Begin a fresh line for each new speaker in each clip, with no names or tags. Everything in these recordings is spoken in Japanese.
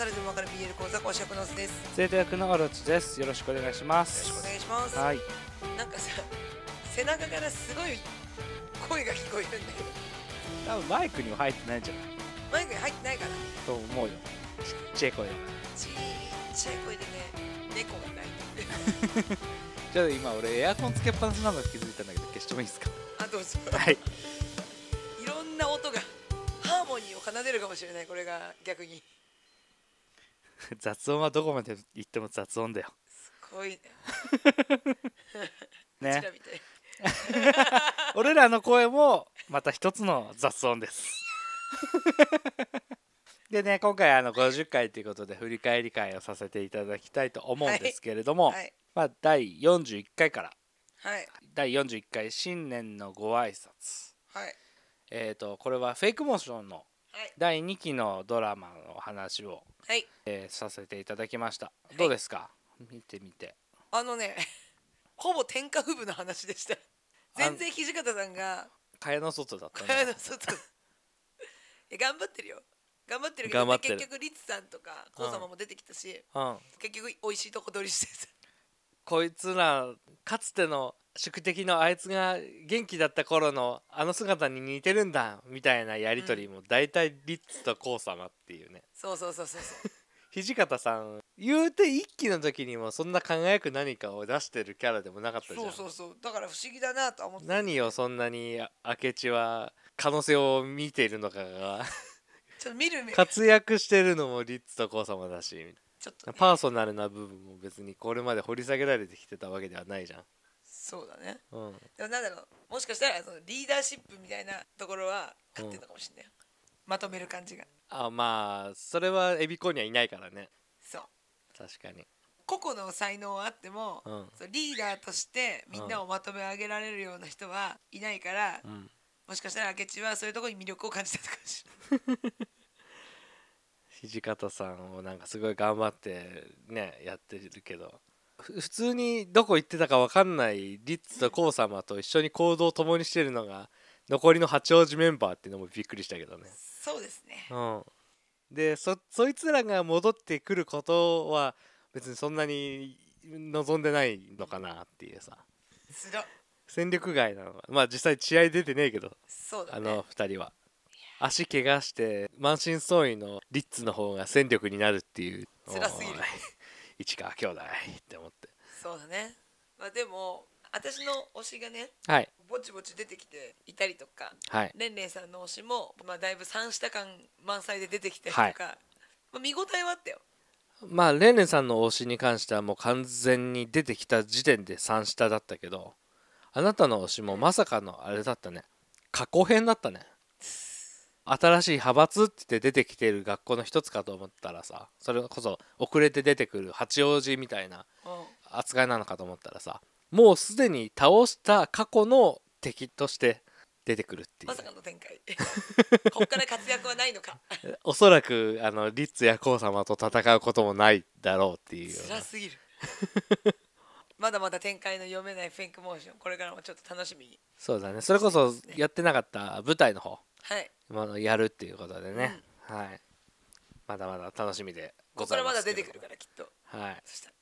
BL 講座講師役の図ですよ
生徒役のオロチですよろしくお願いしま
ろしくお
す
願いします、
はい
なんかさ背中からすごい声が聞こえるんだけど
多分マイクには入ってないんじゃない
マイクに入ってないかな
と思うよちっちゃい声で
ちっちゃい声でね猫が鳴いてる
ちょっと今俺エアコンつけっぱなしなの気づいたんだけど消してもいいですか
あどうぞ
はい
いろんな音がハーモニーを奏でるかもしれないこれが逆に
雑音はどこまで行っても雑音だよ
すごいねうち
ね
らみたい
俺らの声もまた一つの雑音です でね今回あの50回ということで振り返り会をさせていただきたいと思うんですけれども、
はい
まあ、第41回から
はい
第41回新年のご挨拶
はい
えー、とこれはフェイクモーションの
はい
第2期のドラマの話を、
はい
えーさせていただきました
い
どうですか、見てみて
あのねほぼ天下不武の話でした全然土方さんが
蚊帳の外だった
蚊帳の
ね
外い や頑張ってるよ頑張ってるけど
頑張ってる
結局リツさんとかコウ様も出てきたし、
うん
結局美味しいとこ取りしてさ
こいつらかつての宿敵のあいつが元気だった頃のあの姿に似てるんだみたいなやり取りも大体リッツとコウ様っていうね
そうそうそうそうそう
土方さん言うて一期の時にもそんな輝く何かを出してるキャラでもなかったじゃ
そう
ん
そうそうだから不思議だなとは思って
何をそんなに明智は可能性を見ているのかが
ちょっと見る目ちょっ
活躍してるのもリッツとコウ様だし
と、ね、
パーソナルな部分も別にこれまで掘り下げられてきてたわけではないじゃん。
そうだね
うん、
でもなんだろうもしかしたらそのリーダーシップみたいなところは勝ってたかもしれない、よまとめる感じが
あまあそれはエビコにはいないからね
そう
確かに。
個々の才能はあっても、
うん
そうリーダーとしてみんなをまとめ上げられるような人はいないから、
うん、
もしかしたら明智はそういうところに魅力を感じてたかもしれない
土方さんをなんかすごい頑張ってねやってるけどふ普通にどこ行ってたか分かんないリッツとコウ様と一緒に行動を共にしてるのが残りの八王子メンバーっていうのもびっくりしたけどね。
そうですね
うん、でそそいつらが戻ってくることは別にそんなに望んでないのかなっていうさ
すろ
戦力外なのはまあ実際血合出てねえけど
そうだ
あ
ね
の2人は足怪我して満身創痍のリッツの方が戦力になるっていう
辛すぎる
おーい市川兄弟って思って
そうだねまあでも私の推しがね
はい
ぼちぼち出てきていたりとか
はい
レンレンさんの推しも、まあ、だいぶ三下感満載で出てきたりとか、
はい
まあ、見応えはあったよ
まあレンレンさんの推しに関してはもう完全に出てきた時点で3下だったけどあなたの推しもまさかのあれだったね過去編だったね新しい派閥って言って出てきてる学校の一つかと思ったらさそれこそ遅れて出てくる八王子みたいな
うん
扱いなのかと思ったらさもうすでに倒した過去の敵として出てくるっていう
まさかの展 開こっから活躍はないのか
おそらくあのリッツやコウ様と戦うこともないだろうっていうような
辛すぎるまだまだ展開の読めないフェンクモーションこれからもちょっと楽しみに
そうだねそれこそやってなかった舞台の方
はい
まあやるっていうことでね、はいまだまだ楽しみでご
ここ
ざ
か
い
ら
ま
ますだ
け
出
ど
てくるからきっと
はい
そしたら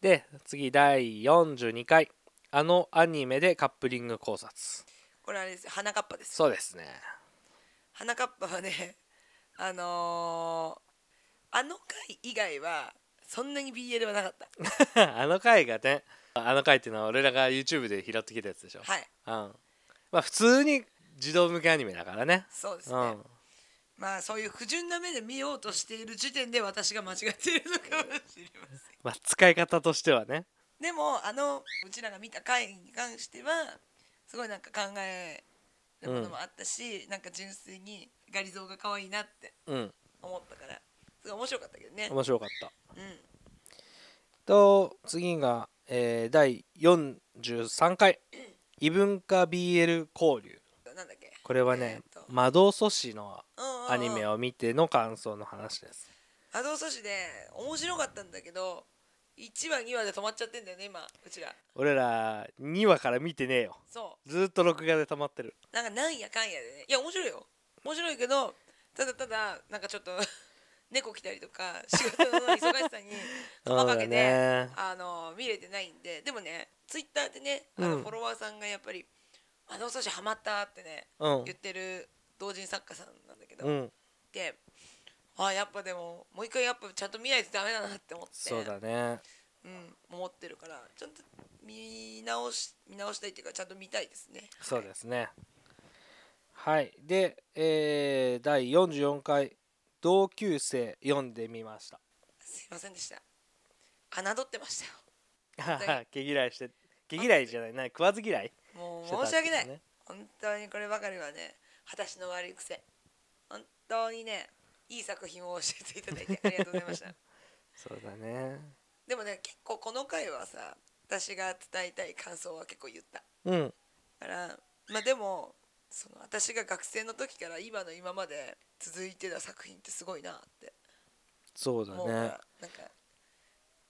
で次第42回あのアニメでカップリング考察
これあれですよ花かっぱです
そうですね
花かっぱはね あのーあの回以外はそんなに BL はなかった
あの回がねあの回っていうのは俺らが YouTube で拾ってきたやつでしょ、
はい
うんまあ普通に児童向けアニメだからね
そうです
う
ね、
ん
まあそういう不純な目で見ようとしている時点で私が間違っているのかもしれません
まあ使い方としてはね
でもあのうちらが見た回に関してはすごいなんか考えるものもあったし、なんか純粋にガリゾウが可愛いなって
うん
思ったからすごい面白かったけどね、
面白かった
うん、
と次が、えー第43回異文化 BL 交流
なんだっけ
これは
え
ね
ーと
魔導素子の
うんうんうん
アニメを見ての感想の話です
波動素子で面白かったんだけど1話2話で止まっちゃってんだよね今うちら
俺ら2話から見てねえよ
そ
ずーっと録画で溜まってる
うなんかなんやかんやでねいや面白いよ面白いけどただただなんかちょっと 猫来たりとか仕事の忙しさに
そ
細
う
か
だ
けて、
ね
あの見れてないんででもねツイッターでねあの
うん
フォロワーさんがやっぱり「あのお寿司ハマった」ってね
うん
言ってる同人作家さんなんだけど、
うん
であやっぱでももう一回やっぱちゃんと見ないとダメだなって思って
そうだね
うん、思ってるからちゃんと見直し見直したいっていうかちゃんと見たいですね
そうですねはいで、えー、第44回「同級生」読んでみました
すいませんでした侮ってましたよ
毛嫌いして毛嫌いじゃないな食わず嫌い
もう
してたんで
申
す
し訳ない、
ね
本当にこればかりはね私の悪い癖本当にねいい作品を教えていただいてありがとうございました
そうだね
でもね結構この回はさ私が伝えたい感想は結構言った
うん
からまあでもその私が学生の時から今の今まで続いてた作品ってすごいなって
そうだ
思うから、
ね
なんか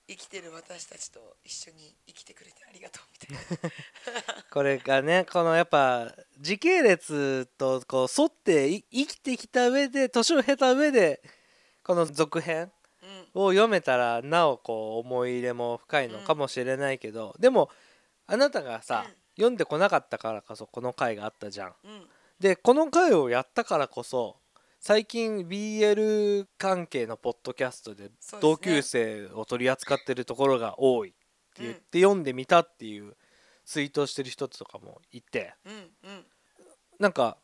生きてる私たちと一緒に生きてくれてありがとうみたいな
これがねこのやっぱ時系列とこう沿ってい生きてきた上で年を経た上でこの続編
うん
を読めたらなおこう思い入れも深いのかもしれないけど、でもあなたがさ、
うん
読んでこなかったからこそこの回があったじゃん。
うん
でこの回をやったからこそ最近 BL 関係のポッドキャスト
そう
で
ですね
同級生を取り扱ってるところが多いって言って読んでみたっていうツイートしてる人とかもいて
うんうん
なんか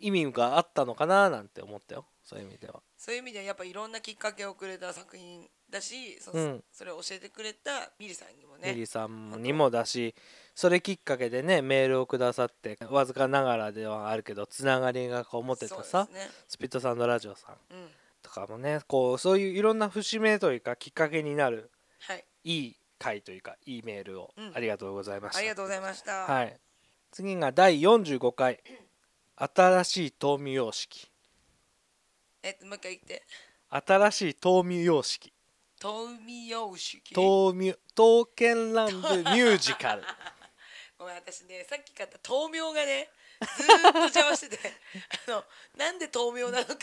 意味があったのかななんて思ったよそういう意味では。
そういう意味ではやっぱいろんなきっかけをくれた作品だしそ,、
うん
それを教えてくれたミリさんにも
ミ
ね
リさんにもだしそれきっかけでねメールをくださってわずかながらではあるけどつながりがこう持てたさ、
そうですね
スピットサンドラジオさん
うん
とかもねこうそういういろんな節目というかきっかけになる
はい
いい回というかいいメールを
うん
ありがとうございました、
ありがとうございました、
はい、次が第45回「新しい豆乳様式」
えっともう一回言って
「新しい豆乳様式」
「豆味様式」
「豆乳刀剣乱舞ミュー ジカル」
ごめん私ねさっき買った豆苗がねずーっと邪魔 しててあのなんで豆苗なのかなっ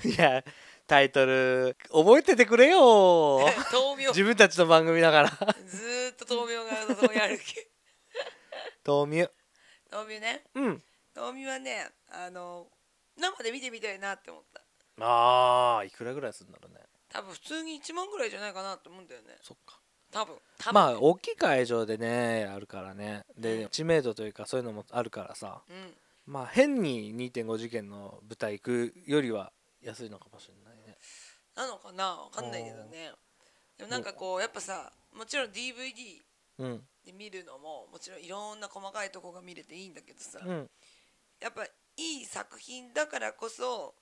て
いやタイトル覚えててく れよ
豆苗ず
自分たちの番組だから
ーっと豆苗がそこにあるけ
豆乳
豆苗ね
うん
豆苗はねあの生で見てみたいなって思った
あーいくらぐらいするんだろうね
多分普通に1万ぐらいじゃないかなって思うんだよね
そっか
多分多分
まあ大きい会場でねあるからね
うん
で知名度というかそういうのもあるからさ
うん
まあ変に2.5次元の舞台行くよりは安いのかもしれないね
なのかなわかんないけどねでもなんかこうやっぱさもちろん DVD
うん
で見るのももちろんいろんな細かいとこが見れていいんだけどさ、
うん
やっぱいい作品だからこそ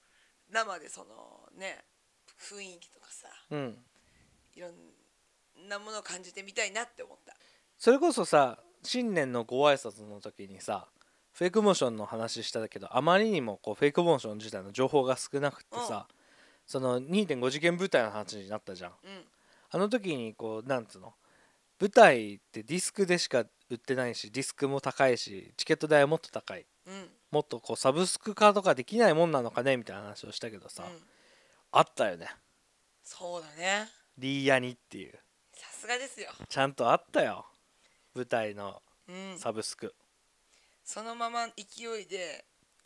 生でそのね雰囲気とかさ
うん
いろんなものを感じてみたいなって思った
それこそさ新年のご挨拶の時にさフェイクモーションの話したけどあまりにもこうフェイクモーション自体の情報が少なくてさ、その2.5次元舞台の話になったじゃん
うん
あの時にこうなんつうの舞台ってディスクでしか売ってないしディスクも高いしチケット代はもっと高い
うん
もっとこうサブスク化とかできないもんなのかねみたいな話をしたけどさ、
うん
あったよね
そうだね
リーヤニっていう
さすがですよ、
ちゃんとあったよ舞台の
うん、
サブスク、
そのまま勢いで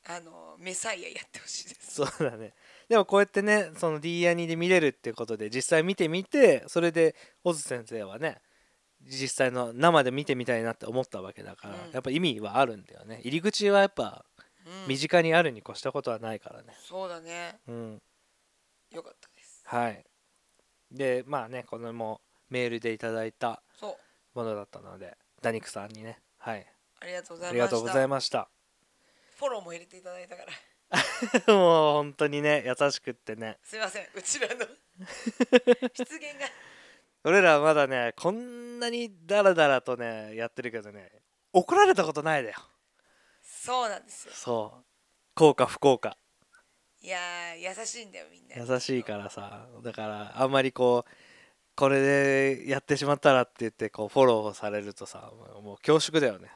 あのメサイアやってほしいです
そうだねでもこうやってねその D アニで見れるってことで実際見てみてそれでオズ先生はね実際の生で見てみたいなって思ったわけだから、
うん
やっぱ意味はあるんだよね入り口はやっぱ
うん
身近にあるに越したことはないからね
そうだね
うん、
よかったです
はいでまあねこのもメールでいただいた
そう
ものだったのでダニクさんにねはい
ありがとうござ
あ
い
り
ま
が
した
とうございました
フォローも入れていただいたから
もう本当にね優しくってね
すいませんうちら の失言が
俺らまだねこんなにダラダラとねやってるけどね怒られたことないだよ
そうなんですよ
そう幸か不幸か
いやー優しいんだよみんな
優しいからさだからあんまりこうこれでやってしまったらって言ってこうフォローされるとさもうもう恐縮だよね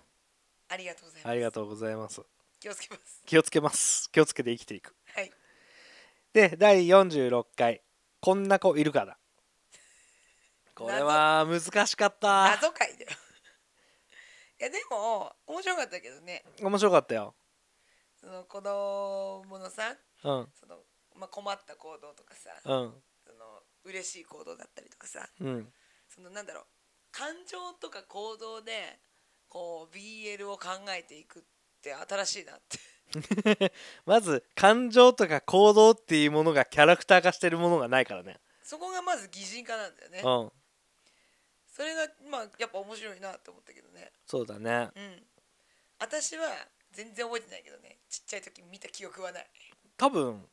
ありがとうございます
ありがとうございます
気をつけます
気をつけます気をつけて生きていく
はい
で第46回こんな子いるからこれは難しかった
謎解だよいやでも面白かったけどね
面白かったよ
その子供のさ
うん
その、まあ、困った行動とかさ
うん
その嬉しい行動だったりとかさ
うん
そのなんだろう感情とか行動でこう BL を考えていくって新しいなって
まず感情とか行動っていうものがキャラクター化してるものがないからね
そこがまず擬人化なんだよね
うん
それがまあやっぱ面白いなと思ったけどね
そうだね
うん私は全然覚えてないけどねちっちゃい時見た記憶はない
多分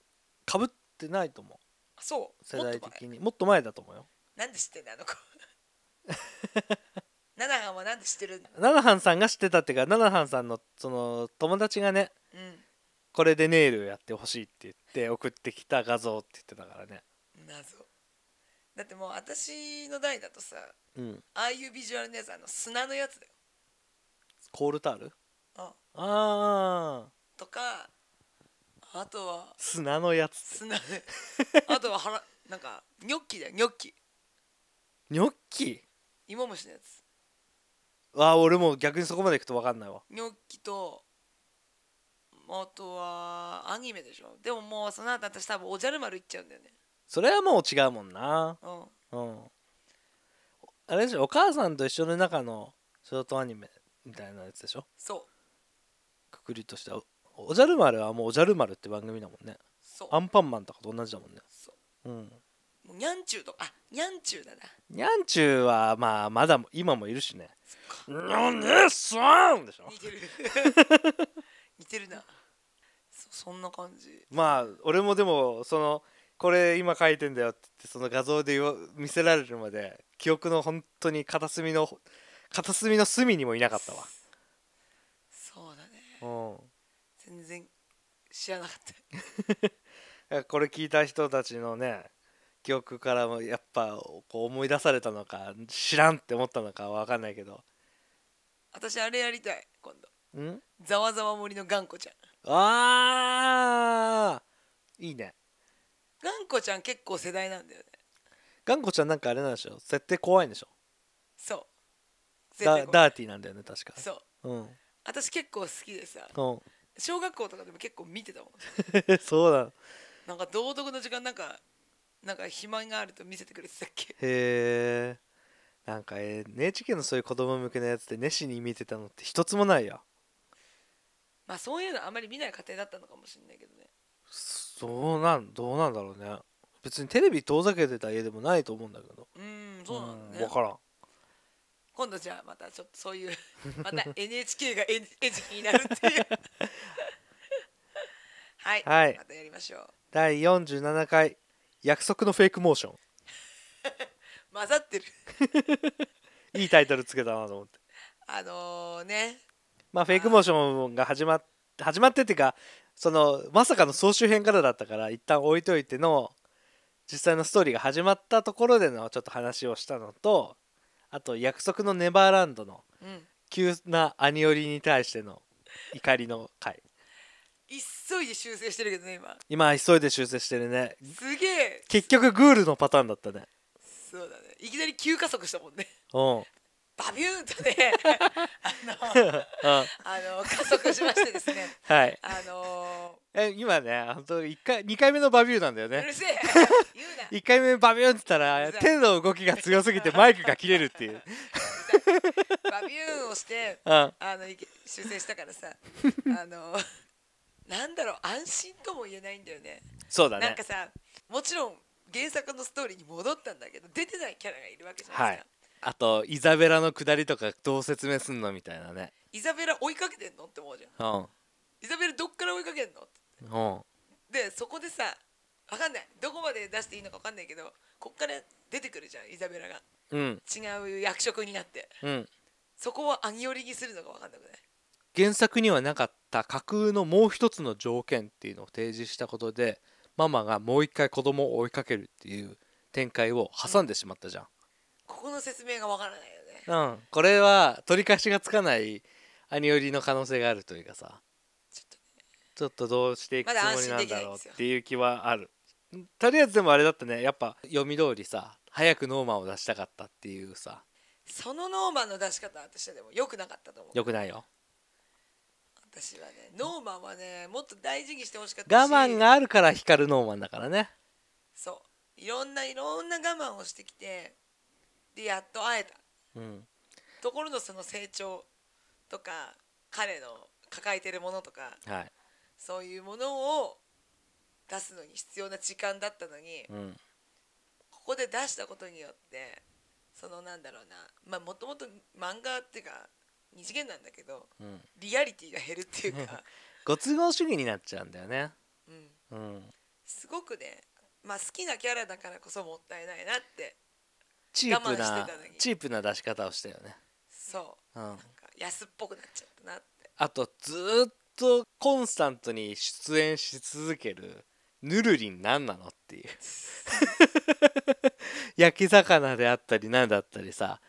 かぶってないと思う
あそう
世
もっ
代
と前
的にもっと前だと思うよ
なんで知ってんだあの子 ナナハンはなんで知ってるんだ
ナナハンさんが知ってたっていうかナナハンさんのその友達がね
うん
これでネイルやってほしいって言って送ってきた画像って言ってたからね
謎だってもう私の代だとさ
うん
ああいうビジュアルのやつあの砂のやつだよ
コールタール
あ
ああ
とかあとは
砂のやつ
砂であとは腹なんかニョッキだよニョッキ
ニョッキ
芋虫のやつ
わあ俺もう逆にそこまでいくと分かんないわ
ニョッキとあとはアニメでしょでももうその後私多分おじゃる丸いっちゃうんだよね
それはもう違うもんな
うん
うんあれでしょお母さんと一緒の中のショートアニメみたいなやつでしょ
そう
くくりとしてはおおじゃる丸はもうおじゃる丸って番組だもんね
そう
アンパンマンとかと同じだもんね
そ
うん
うもうニャンチューとかあニャンチューだな
にゃんちゅうはまあまだも今もいるしねにゃんねさんでしょ
似てる似てるなそそんな感じ
まあ俺もでもそのこれ今書いてんだよって言ってその画像で言わ見せられるまで記憶の本当に片隅の片隅の隅にもいなかったわ
そうだね
うん
全然知らなかった
これ聞いた人たちのね記憶からもやっぱこう思い出されたのか知らんって思ったのかわかんないけど
私あれやりたい今度
ん
ざわざわ森の頑固ちゃん
あーいいね
頑固ちゃん結構世代なんだよね
がんこちゃんなんかあれなんでしょ設定怖いんでしょ
そう絶
ダ
対こう
ダーティーなんだよね確か
そう
うん、
私結構好きでさ
うん、
小学校とかでも結構見てたもん
そうだ
なんか道徳の時間なんかなんか暇があると見せてくれてたっけ
へえんかえー NHK のそういう子供向けのやつで熱心に見てたのって一つもないや
まあそういうのあんまり見ない家庭だったのかもしれないけどね
そうなんどうなんだろうね別にテレビ遠ざけてた家でもないと思うんだけど
うーんそうなんだ
分
ね
からん
今度じゃあまたちょっとそういう また NHK が餌食になるって いうはい、
はい
またやりましょう
第47回約束のフェイクモーショ
混ざってる
ンいいタイトルつけたなと思って
あのー、ね
まあフェイクモーションが始まっ始まってっていうかそのまさかの総集編からだったから一旦置いといての実際のストーリーが始まったところでのちょっと話をしたのとあと約束のネバーランドの
うん
急な兄寄りに対しての怒りの回
急いで修正してるけどね今
今急いで修正してるね
すげえ
結局グールのパターンだったね
そうだねいきなり急加速したもんね
うん
バビューンとね あの
うん
あの加速しましてです ね
はい
あの
え今ね本当一回2回目のバビューなんだよ
ー、
ね
うるせえ 言うな
1回目バビューンって言ったら
うざい
手の動きが強すぎてマイクが切れるっ ていう、
バビューンをして
うん、
あのいけ修正した からさあのなんだろう安心とも言えないんだよね
そうだ
なん
ね
かさもちろん原作のストーリーに戻ったんだけど出てないキャラがいるわけじゃな
はい
です
い
か、
あとイザベラの下りとかどう説明すんのみたいなね
イザベラ追いかけてんのって思うじゃん
うん
イザベラどっから追いかけんの
うん
でそこでさわかんないどこまで出していいのかわかんないけどこっから出てくるじゃんイザベラが
うん
違う役職になって
うん
そこは兄寄りにするのかわかんなくない
原作にはなかった架空のもう一つの条件っていうのを提示したことでママがもう一回子供を追いかけるっていう展開を挟んでしまったじゃん、
ここの説明がわからないよね
うん、これは取り返しがつかない兄寄りの可能性があるというかさ
ちょっと
ちょっとどうしていくつもりなんだろうっていう気はあるとりあえずでもあれだったねやっぱ読み通りさ早くノーマンを出したかったっていうさ
そのノーマンの出し方私はでも良くなかったと思う
よくないよ
私はねノーマンはねもっと大事にしてほしかった
我
し
慢があるから光るノーマンだからね
そういろんないろんな我慢をしてきてでやっと会えた
うん
ところのその成長とか彼の抱えてるものとか
はい
そういうものを出すのに必要な時間だったのに
うん
ここで出したことによってそのなんだろうなまあもともと漫画っていうか二次元なんだけど
うん
リアリティが減るっていうか、
ご都合主義になっちゃうんだよね
うん、
うん
すごくね、まあ、好きなキャラだからこそもったいないなって
チープ
我慢し
な
てたのに
チープな出し方をしたよね
そううんなんか安っぽくなっちゃったなって
あとずーっとコンスタントに出演し続けるぬるりんなんなのっていう 焼き魚であったりなんだったりさ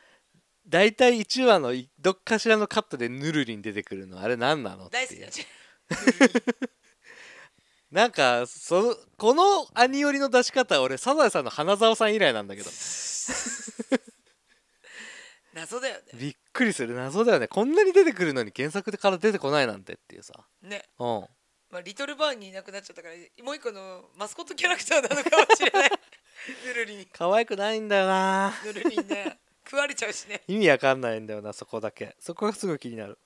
大体1話のいどっかしらのカットでぬるりん出てくるのあれ何なのって
大好き
い
な
う
ちゃ
なんかそのこの兄寄りの出し方俺サザエさんの花澤さん以来なんだけ ど
謎だよね
びっくりする謎だよねこんなに出てくるのに原作から出てこないなんてっていうさ
ね、
うん
まあ、リトルバーンにいなくなっちゃったからもう一個のマスコットキャラクターなのかもしれない ぬるりん
可愛くないんだよな
ぬるりんね食われちゃうしね
意味わかんないんだよなそこだけそこがすごい気になる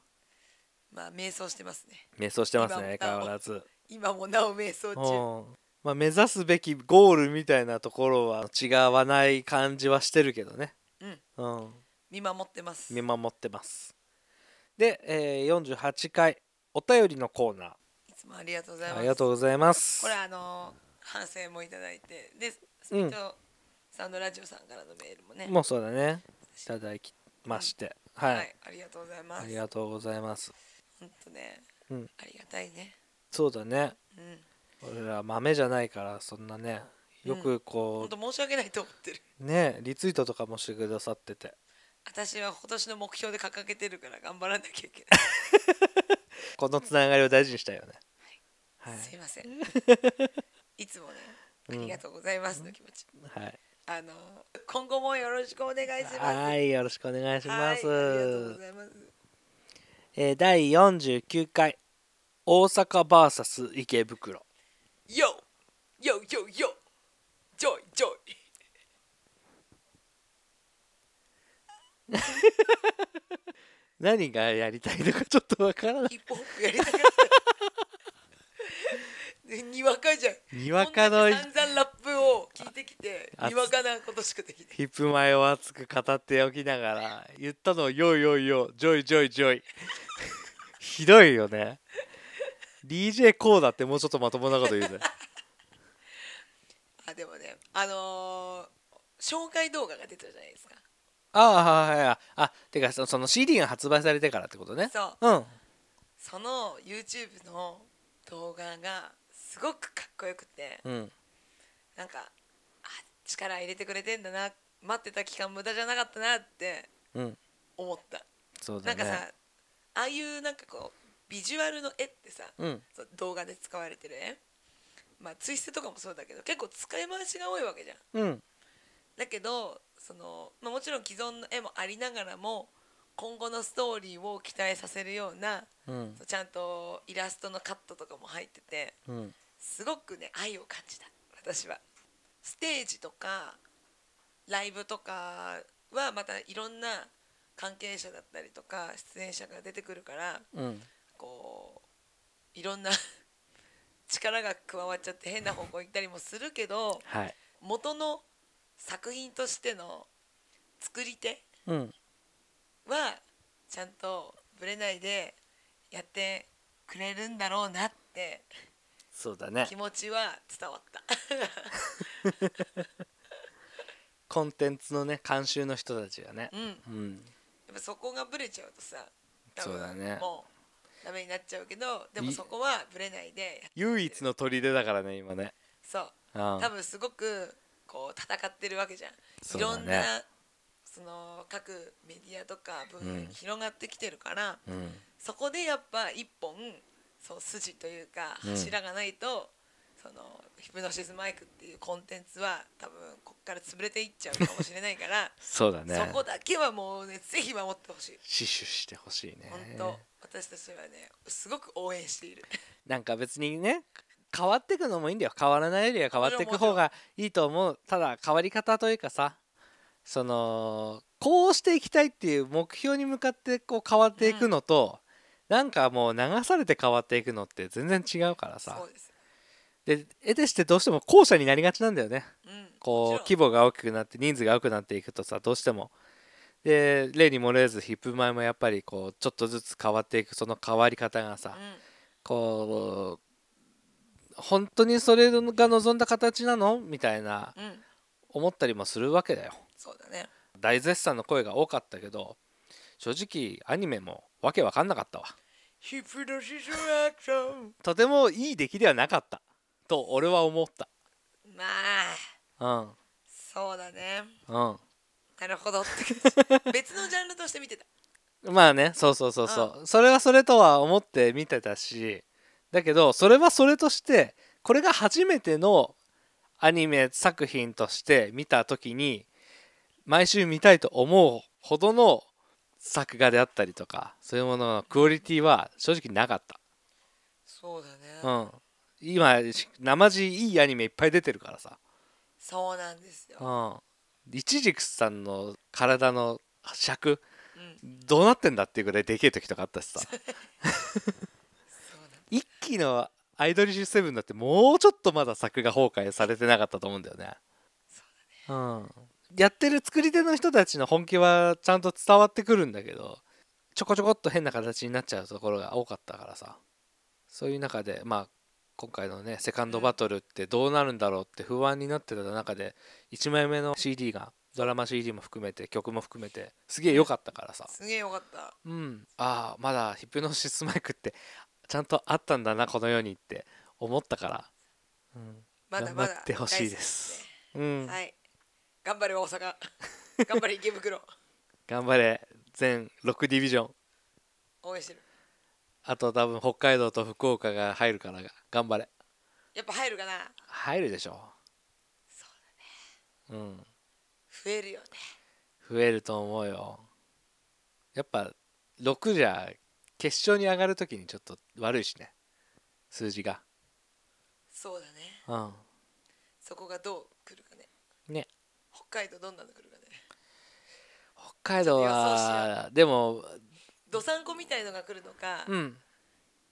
まあ迷走してますね
迷走してま
今
す
も
ね
なお
変わらず
今もなお迷走
うん
中、
まあ、目指すべきゴールみたいなところは違わない感じはしてるけどね
うん、
うん
見守ってます
見守ってますで、えー48回お便りのコーナー
いつもありがとうございます
ありがとうございます
これあの反省もいただいてでスピ
うん
ードサウンドラジオさんからのメールもね、
もうそうだねいただきまして、はい、
はいありがとうございま
あ
す
りがとうございます
本当ね、
うん
ありがたいね
そうだね
うん
俺ら豆じゃないからそんなねよくこ
本当申し訳ないと思ってる
う、ねリツイートとかもしてくださってて
私は今年の目標で掲げてるから頑張らなきゃいけない、
このつながりを大事にしたいよねはい
すいませ んいつもねありがとうございますの気持ち、
はい
あの今後もよろしくお願いします
はいよろしくお願いします、
はいありがとうございます
えー第49回大阪 VS 池袋
Yo! Yo, yo, yo! Joy, joy!
何がやりたいのかちょっとわからない
ヒップホップやりたかった にわかじゃん
にわか
こ
の
んだけ散々ラップを聞いてきて
あ
にわかなことしかできない
ヒップ前を熱く語っておきながら言ったのをよいよいよジョイジョイジョイひどいよね DJ こうだってもうちょっとまともなこと 言うぜ
あでもねあのー紹介動画が出たじゃないですか
ああはいはいあてかそその CD が発売されてからってことね
そう
うん
その YouTube の動画がすごくかっこよくて
うん
なんかあ力入れてくれてんだな待ってた期間無駄じゃなかったなって
うん
思った
そう
な
だ
ん
ね
かさああいうなんかこうビジュアルの絵ってさ、
うん
そう動画で使われてる絵まあツイストとかもそうだけど結構使い回しが多いわけじゃん
うん
だけどその、まあ、もちろん既存の絵もありながらも今後のストーリーを期待させるような、
うん
そうちゃんとイラストのカットとかも入ってて
うん
すごくね愛を感じた私はステージとかライブとかはまたいろんな関係者だったりとか出演者が出てくるから
うん
こういろんな 力が加わっちゃって変な方向行ったりもするけど
はい
元の作品としての作り手
うん
はちゃんとぶれないでやってくれるんだろうなって
そうだね
気持ちは伝わった。
コンテンツのね監修の人たちがね
うん、やっ
うん
ぱそこがブレちゃうとさ多
そうだね
分もうダメになっちゃうけどでもそこはブレないで
唯一の砦だからね今ね
そう
うん
多分すごくこう戦ってるわけじゃん、
そ
いう
だ
ろ
ね
んなその各メディアとか分野に広がってきてるから、
うん
そこでやっぱ一本そう筋というか
うん
柱がないと、そのヒプノシスマイクっていうコンテンツは多分こっから潰れていっちゃうかもしれないから
そうだ ね
そこだけはもうねぜひ守ってほしい
死守してほしいね
本当私たちはねすごく応援している
なんか別にね変わってくのもいいんだよ変わらないよりは変わっていく方がいいと思うただ変わり方というかさそのこうしていきたいっていう目標に向かってこう変わっていくのと、なんかもう流されて変わっていくのって全然違うからさ
そうです
で絵でしてどうしても後者になりがちなんだよね
うん
こう
もち
規模が大きくなって人数が多くなっていくとさどうしてもで例に漏れずヒップマイもやっぱりこうちょっとずつ変わっていくその変わり方がさ
ろんうん
こう本当にそれが望んだ形なのみたいな
うん
思ったりもするわけだよ
そうだね
大絶賛の声が多かったけど正直アニメもわけわかんなかったわ
ヒプノシスアクション
とてもいい出来ではなかったと俺は思っ
まあ
た
そうだね
うんうん
なるほどって感 じ別のジャンルとして見てた
まあねそうそうそうそう、それはそれとは思って見てたしだけどそれはそれとしてこれが初めてのアニメ作品として見た時に毎週見たいと思うほどの作画であったりとかそういうもののクオリティは正直なかっ
そうだね、
た、うん、今生地いいアニメいっぱい出てるからさ、
そうなんですよ、
うん、いちじくさんの体の尺
うん、
どうなってんだっていうぐらいでけえ時とかあったしさ
そうだ
一期のアイドリッシュセブンだってもうちょっとまだ作が崩壊されてなかったと思うんだよね。うん、やってる作り手の人たちの本気はちゃんと伝わってくるんだけどちょこちょこっと変な形になっちゃうところが多かったからさそういう中でまあ今回のねセカンドバトルってどうなるんだろうって不安になってた中で1枚目の CD がドラマ CD も含めて曲も含めてすげえ良かったからさ
すげえよかった
うん、ああまだヒプノシスマイクってちゃんとあったんだなこの世にって思ったから、うん
まだまだ
頑張ってほしいです、うん
大好きですねはい頑張れ大阪頑張れ池袋
頑張れ全6ディビジョン
応援してる
あと多分北海道と福岡が入るからが頑張れ
やっぱ入るかな
入るでしょうね
増えるよね
うん増えると思うよやっぱ6じゃ決勝に上がるときにちょっと悪いしね数字が
そうだね
うん
そこがどう来るかね
ね
北海道どんなの来るかね
北海道はでも
どさんこみたいのが来るのか、
うん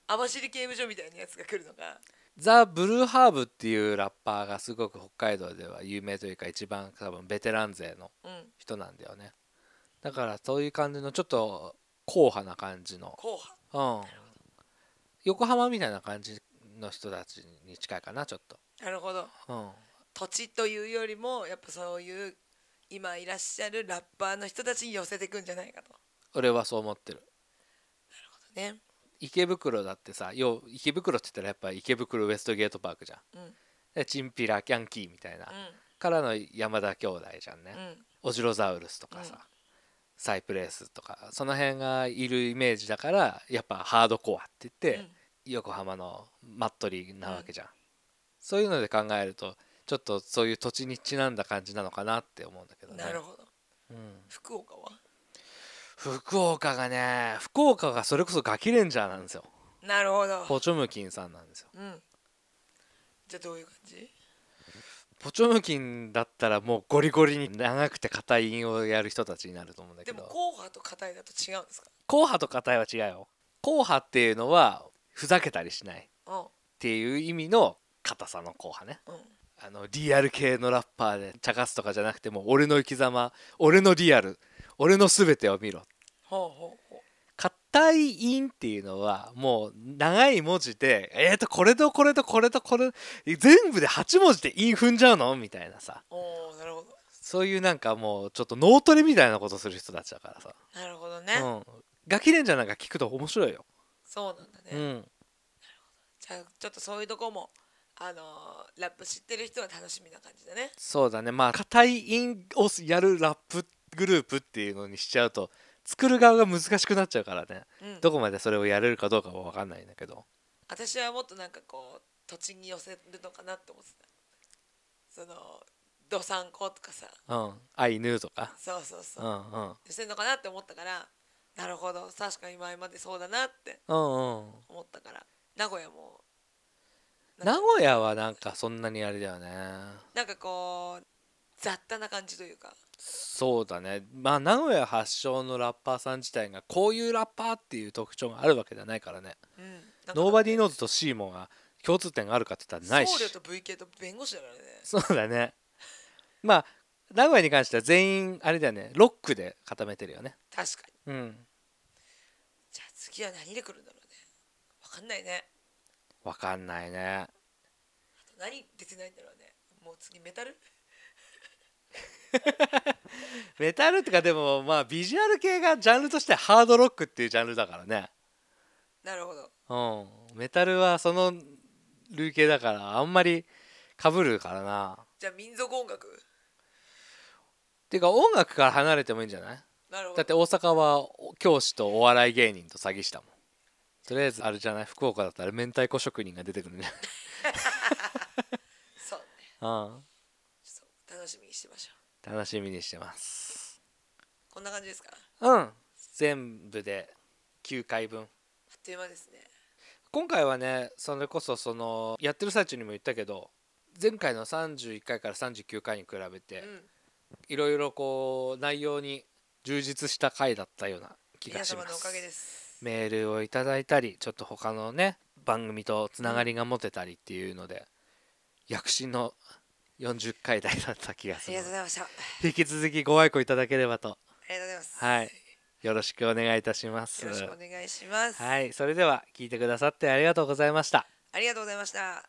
網走刑務所みたいなやつが来るのか
ザ・ブルーハーブっていうラッパーがすごく北海道では有名というか一番多分ベテラン勢の
うん
人なんだよねだからそういう感じのちょっと硬派な感じの、
硬派
うん、横浜みたいな感じの人たちに近いかなちょっと、
なるほど
うん、
土地というよりもやっぱそういう今いらっしゃるラッパーの人たちに寄せていくんじゃないかと
俺はそう思ってる
ね
池袋だってさ要池袋って言ったらやっぱ池袋ウエストゲートパークじゃん
うん
でチンピラキャンキーみたいな、
う
からの山田兄弟じゃんね、
んうん
オジロザウルスとかさ、
うん
サイプレースとかその辺がいるイメージだからやっぱハードコアって言って、横浜のマットリーなわけじゃん、そういうので考えるとちょっとそういう土地にちなんだ感じなのかなって思うんだけどね
なるほど
うん
福岡は
福岡がね福岡がそれこそガキレンジャーなんですよ
なるほど
ポチョムキンさんなんですよ
うんじゃあどういう感じ
ポチョムキンだったらもうゴリゴリに長くて硬い韻をやる人たちになると思うんだけ
で
ど
も硬派と硬いだと違うんですか
硬派と硬いは違うよ硬派っていうのはふざけたりしないっていう意味の硬さの硬派ね
うんうん
あのリアル系のラッパーで茶化すとかじゃなくてもう俺の生き様俺のリアル俺の全てを見ろ
ほうほうほう
硬い印っていうのはもう長い文字でえっ、ー、とこれとこれとこれとこれ全部で8文字で印踏んじゃうのみたいなさ
おーなるほど
そういうなんかもうちょっと脳トレみたいなことする人たちだからさ、
なるほどね、
うん、ガキレンジャーなんか聞くと面白いよ、
そうなんだね、
うん、
じゃあちょっとそういうとこもあのーラップ知ってる人は楽しみな感じだね
そうだねまあ硬い印をやるラップグループっていうのにしちゃうと作る側が難しくなっちゃうからね、
うん
どこまでそれをやれるかどうかは分かんないんだけど
私はもっとなんかこう土地に寄せるのかなって思ってたそのどさんことかさ
うんアイヌーとか
そうそう
う
そ
ん
う、
うん
寄せるのかなって思ったからなるほど確かに前までそうだなって
うんうん
思ったから名古屋も
名古屋はなんかそんなにあれだよね
なんかこう雑多な感じというか
そうだねまあ名古屋発祥のラッパーさん自体がこういうラッパーっていう特徴があるわけじゃないからね
うん
ノーバディ
の
ノーズとシーモンが共通点があるかって言ったらないし
僧侶と VK と弁護士だからね
そうだねまあ名古屋に関しては全員あれだよねロックで固めてるよね
確かに
うん
じゃあ次は何で来るんだろうねわかんないね
わかんないね
あと何出てないんだろうねもう次メタル
メタルってかでもまあビジュアル系がジャンルとしてハードロックっていうジャンルだからね
なるほど
うんメタルはその類型だからあんまりかぶるからな
じゃあ民族音楽
てか音楽から離れてもいいんじゃない
なるほど
だって大阪は教師とお笑い芸人と詐欺師だもんとりあえずあれじゃない福岡だったら明太子職人が出てくるんじゃない
そうね
うん
ちょっと楽しみにしてましょう
楽しみにしてます
こんな感じですかあっ
うん全部で9回分
という間ですね
今回はねそれこそそのやってる最中にも言ったけど前回の31回から39回に比べて
うん
いろいろこう内容に充実した回だったような気が
皆
し
様
ま
のお
す
かげです
メールをいただいたりちょっと他のね番組とつながりが持てたりっていうので躍進の40回台だった気が
あ
す
りが
る
とうございましたあ
引き続きご愛顧いただければと
りがとうございます
はいよろしくお願いいたします
よろしくお願いします
はいそれでは聞いてくださってありがとうございました
ありがとうございました